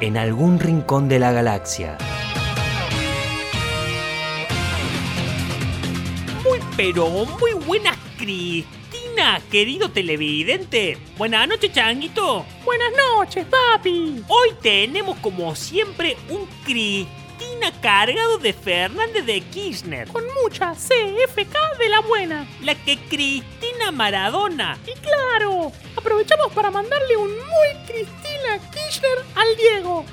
en algún rincón de la galaxia. Muy pero muy buenas, Cristina, querido televidente. Buenas noches, Changuito. Buenas noches, papi. Hoy tenemos, como siempre, un Cristina cargado de Fernández de Kirchner. Con mucha CFK de la buena. La que Cristina Maradona. Y claro, aprovechamos para mandarle un muy Cristina Kirchner al Diego.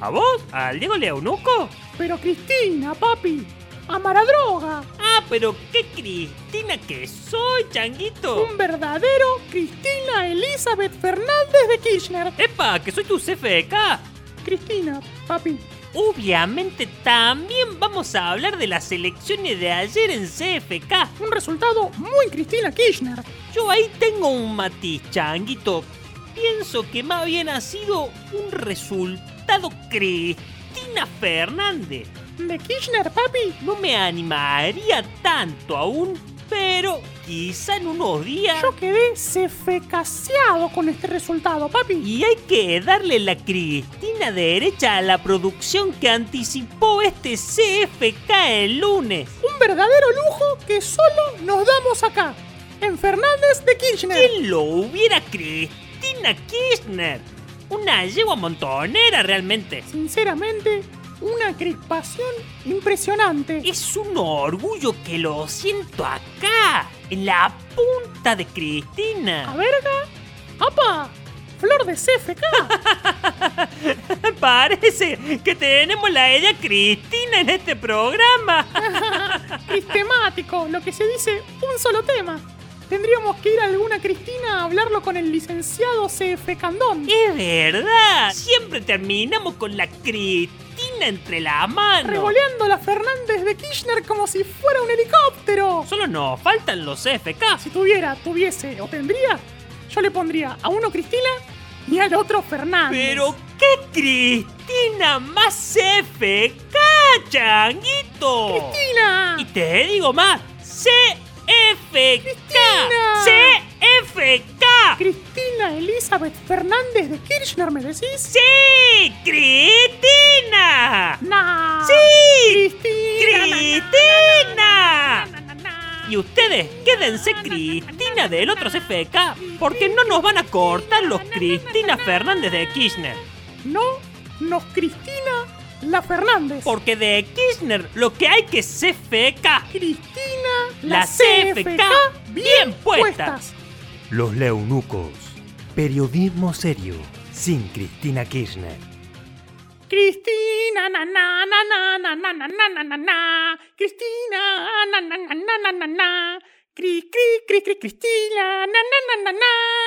¿A vos? ¿Al Diego Leonuco? Pero Cristina, papi, a Maradroga. Ah, pero qué Cristina que soy, Changuito. Un verdadero Cristina Elizabeth Fernández de Kirchner. ¡Epa! ¡Que soy tu CFK! Cristina, papi. Obviamente también vamos a hablar de las elecciones de ayer en CFK. Un resultado muy Cristina Kirchner. Yo ahí tengo un matiz, Changuito. Pienso que más bien ha sido un resultado Cristina Fernández. De Kirchner, papi. No me animaría tanto aún, pero quizá en unos días... Yo quedé cefecaseado con este resultado, papi. Y hay que darle la Cristina derecha a la producción que anticipó este CFK el lunes. Un verdadero lujo que solo nos damos acá. En Fernández de Kirchner. ¿Quién lo hubiera Cristina Kirchner? Una yegua montonera realmente. Sinceramente, una crispación impresionante. Es un orgullo que lo siento acá, en la punta de A Cristina. verga. ¡Apa! Flor de CFK. Parece que tenemos la ella Cristina en este programa. Sistemático, lo que se dice un solo tema. Tendríamos que ir a alguna Cristina a hablarlo con el licenciado CF Candón. Es verdad, siempre terminamos con la Cristina entre la mano. Revoleando la Fernández de Kirchner como si fuera un helicóptero. Solo nos faltan los FK. Si tuviera, tuviese o tendría, yo le pondría a uno Cristina y al otro Ah, Fernández. Pero qué Cristina más FK, changuito. ¡Cristina! Y te digo más, CFK. CFK. Cristina Elizabeth Fernández de Kirchner, ¿me decís? Sí, Cristina. Ah, ¡Nah! Sí, ¡Cristina! na, na, Cristina. na, na, na. Y ustedes quédense Cristina del otro CFK, porque no nos van a cortar los Cristina Fernández de Kirchner. No, nos Cristina la Fernández. Porque de Kirchner lo que hay que es CFK. Cristina La CFK bien puestas. Los Leunucos. Periodismo serio, sin Cristina Kirchner. Cristina na na na na na na na na na na na Cristina na na na na na na na Cri cri cri cri Cristina na na na na na